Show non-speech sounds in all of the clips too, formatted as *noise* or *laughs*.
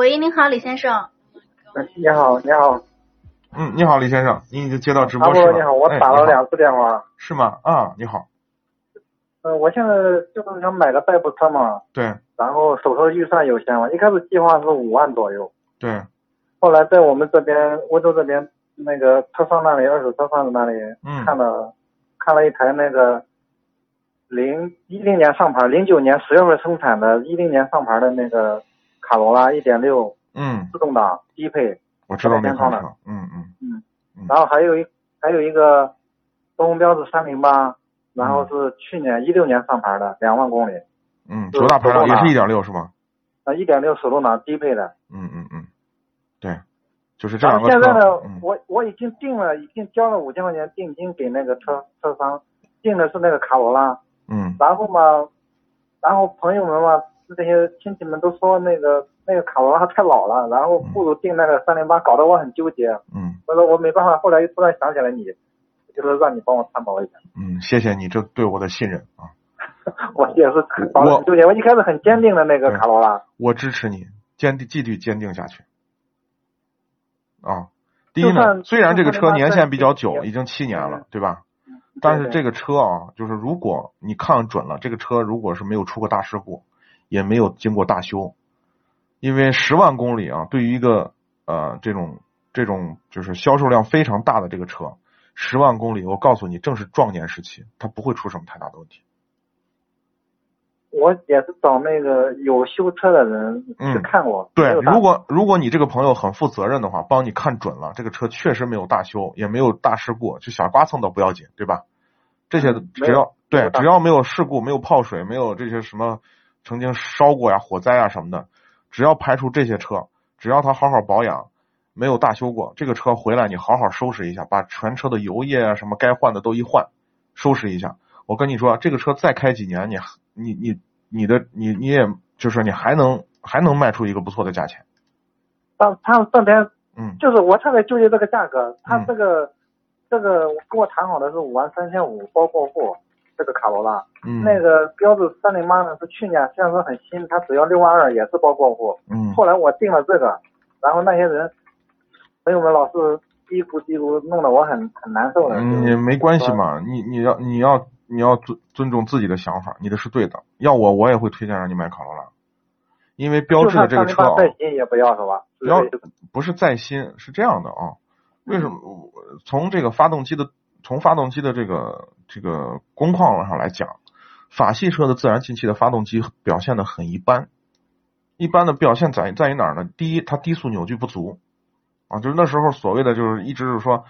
喂，您好，李先生。你好，你好，嗯，你好，李先生，您已经接到直阿播室波罗了。啊你好，我哎打了，你好两次电话。是吗？啊，你好，嗯、我现在就是想买个代步车嘛，对然后手头预算有限嘛，一开始计划是五万左右，对，后来在我们这边温州这边那个车贩那里，二手车贩子那里嗯看了看了一台那个零一零年上牌，零九年十月份生产的，一零年上牌的那个卡罗拉一点六嗯，自动挡低配，我知道那我款在边车，嗯嗯然后还有一还有一个东风标致三零嗯八，然后是去年一六年上牌的，两万公里，嗯，就多大排量？是也是手动一点六是吧？啊，一点六手动挡低配的。嗯嗯嗯，对，就是这然两后个现车在呢，，嗯我我已经定了，已经交了五千块钱定金给那个车车商，定的是那个卡罗拉。嗯然后嘛，然后朋友们嘛，这些亲戚们都说那个那个卡罗拉太老了，然后不如定那个三零八，搞得我很纠结。嗯我说我没办法，后来又突然想起来你，就是让你帮我参谋一下。嗯，谢谢你这对我的信任啊，我也是搞得很纠结，我一开始很坚定的那嗯个卡罗拉，我支持你，坚定继续坚定下去。啊，第一就呢，算虽然这个就车算它年在限比较久，也已经七年了嗯，对吧？但是对这个车啊，就是如果你看准了，这个车如果是没有出过大事故，也没有经过大修，因为十万公里啊，对于一个呃这种这种就是销售量非常大的这个车，十万公里，我告诉你，正是壮年时期，它不会出什么太大的问题。我也是找那个有修车的人去看过。嗯对没，有打如果如果你这个朋友很负责任的话，帮你看准了，这个车确实没有大修，也没有大事故，就小刮蹭倒不要紧，对吧？这些嗯没有只要没有对，大只要没有事故，没有泡水，没有这些什么曾经烧过呀、火灾呀啊什么的，只要排除这些车，只要它好好保养，没有大修过，这个车回来你好好收拾一下，把全车的油液啊什么该换的都一换，收拾一下。我跟你说，啊这个车再开几年，你你你你的你你也就是你还能还能卖出一个不错的价钱。但他这边嗯就是我特别纠结这个价格，他嗯这个、这个跟我谈好的是五万三千五包括货，这个卡罗拉。嗯那个标致三零八呢是去年虽然说很新，它只要六万二也是包括货。嗯后来我定了这个，然后那些人朋友们老是嘀咕嘀咕，弄得我很很难受的。嗯，也没关系嘛，你你要你要你要尊尊重自己的想法，你的是对的。要我我也会推荐让你买卡罗拉，因为标就志的算这三个零车八啊，再新也不要是吧？不要对不是在新，是这样的啊。为什么？我从这个发动机的，从发动机的这个这个工况上来讲，法系车的自然进气的发动机表现的很一般。一般的表现在在于哪儿呢？第一，它低速扭矩不足啊，就是那时候所谓的就是一直是说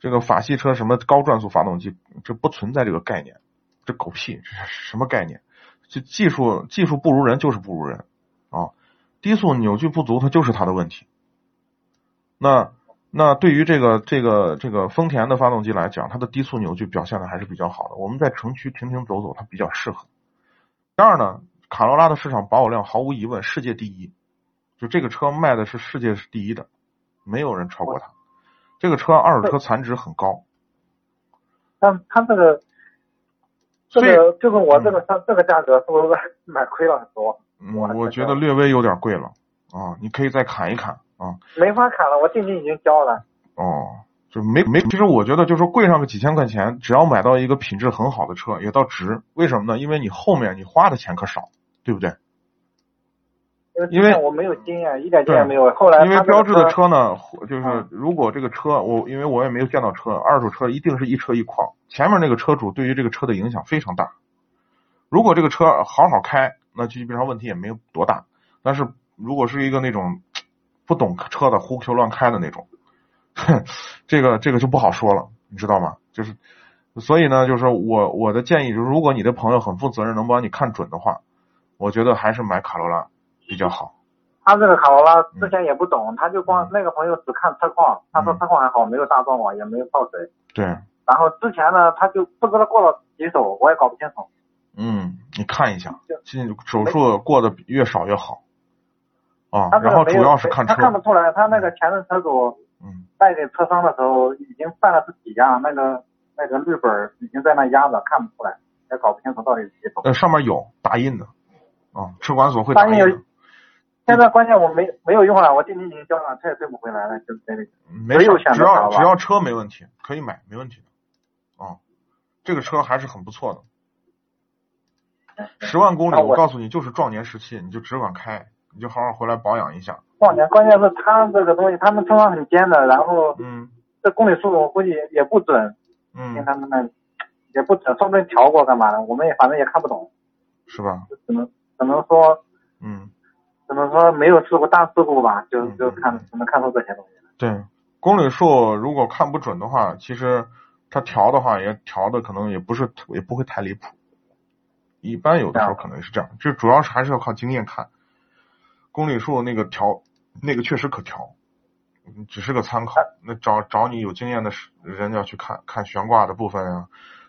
这个法系车什么高转速发动机，这不存在这个概念，这狗屁，这是什么概念？这技术技术不如人就是不如人啊，低速扭矩不足它就是它的问题。那那对于这个这个这个丰田的发动机来讲，它的低速扭矩表现的还是比较好的。我们在城区停停走走，它比较适合。第二呢，卡罗拉的市场保有量毫无疑问世界第一，就这个车卖的是世界是第一的，没有人超过它。这个车二手车残值很高，但他这个这所以个就是我这个上这个价格是不 *laughs* 是买亏了很多？嗯，我我觉得略微有点贵了啊，你可以再砍一砍啊。没法砍了，我定金已经交了。哦，就没没，其实我觉得就是说贵上个几千块钱，只要买到一个品质很好的车，也倒值。为什么呢？因为你后面你花的钱可少，对不对？因为之前我没有经验，一点经验对没有。后来因为他这标致的个车呢，就是嗯如果这个车我因为我也没有见到车，二手车一定是一车一况，前面那个车主对于这个车的影响非常大。如果这个车好好开，那基本上问题也没有多大。但是如果是一个那种不懂车的胡球乱开的那种，哼，这个这个就不好说了，你知道吗？就是所以呢，就是我我的建议就是，如果你的朋友很负责任，能帮你看准的话，我觉得还是买卡罗拉比较好。他这个卡罗拉之前也不懂，他就光那个朋友只看车况，他说嗯车况还好，没有大状况，也没有泡水。对，然后之前呢，他就不知道过了几手，我也搞不清楚。嗯，你看一下就，进手术过得越少越好啊他。这然个后没主有要是看车他，看不出来，他那个前任车主嗯卖给车商的时候已经办了是抵押，那个那个日本儿已经在那压着，看不出来，嗯也搞不清楚到底是几手。呃，上面有打印的啊，车管所会打印打印的有。现在关键我没没有用啊，我定金已经交了，他也退不回来了，就这里。嗯没事有儿，选择只要好吧只要车没问题，可以买，没问题的。啊，这个车还是很不错的。十万公里，那我我告诉你，就是壮年时期，你就只管开，你就好好回来保养一下。况且关键是他这个东西，他们车上很尖的，然后嗯这公里数我估计也不准，听嗯，他们那也不准，说不定调过干嘛的，我们也反正也看不懂，是吧？就只能只能说嗯，只能说没有事故大事故吧，就嗯就嗯看只能看出这些东西来。对，公里数如果看不准的话，其实它调的话也调的可能也不是也不会太离谱。一般有的时候这样可能是这样，这主要是还是要靠经验看。公里数那个调，那个确实可调，嗯只是个参考。那找找你有经验的是人要去看看悬挂的部分啊，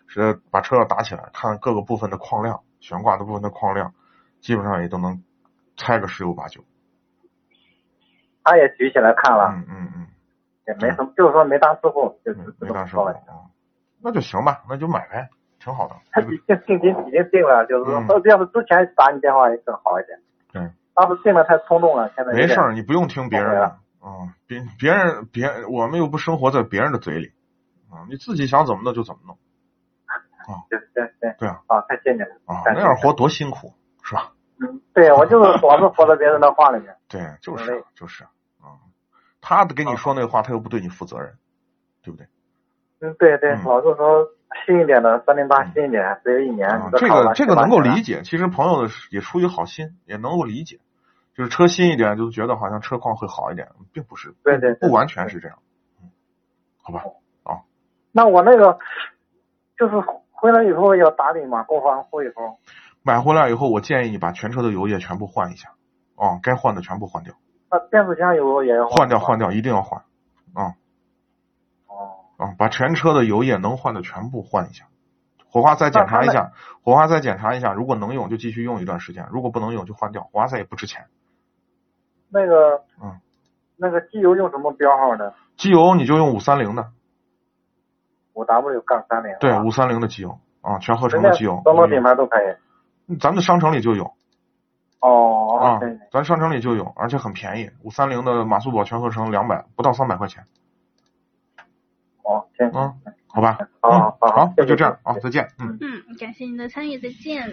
是把车要打起来，看各个部分的框量，悬挂的部分的框量，基本上也都能猜个十有八九。他也举起来看了，嗯嗯嗯，也没什么，就是说没大事故，就嗯是没大事故说啊了。，那就行吧，那就买呗，挺好的。他已经定金已经定了，就是说嗯，要是之前打你电话也更好一点。对，当时定了太冲动了，现在有没点事儿，你不用听别人后悔的了，嗯，别别人别，我们又不生活在别人的嘴里，啊、你自己想怎么弄就怎么弄，对对对，对啊，啊，太谢谢你了。啊，但那是样活多辛苦，是吧？嗯，对我就是老是活在别人的话里面。对，就很是啊累就是啊、嗯他跟你好说那话，他又不对你负责任，对不对？嗯，对对，嗯老是说新一点的三零八新一点，只有一年啊，，你这考个了这个能够理解。解，其实朋友的是也出于好心，也能够理解，就是车新一点就觉得好像车况会好一点，并不是，对对对不完全是这样，嗯好吧？那我那个就是回来以后要打理嘛，过防护以后，买回来以后，我建议你把全车的油液全部换一下，哦，该换的全部换掉，那变速箱油也要换掉吗换。掉，一定要换，啊、哦，啊、把全车的油液能换的全部换一下，火花塞检查一那下，火花塞检查一下，如果能用就继续用一段时间，如果不能用就换掉，火花塞也不值钱。那个嗯，那个机油用什么标号呢？机油你就用五三零的，五 W 杠三零。啊对，五三零的机油啊、全合成人的家机油，多么你品牌都可以。咱们商城里就有哦，啊对，，咱商城里就有，而且很便宜，五三零的马苏宝全合成两百，不到三百块钱，哦，行，嗯，好吧，好嗯，好好好，那谢谢就这样啊，谢谢再见，嗯。嗯，感谢您的参与，再见。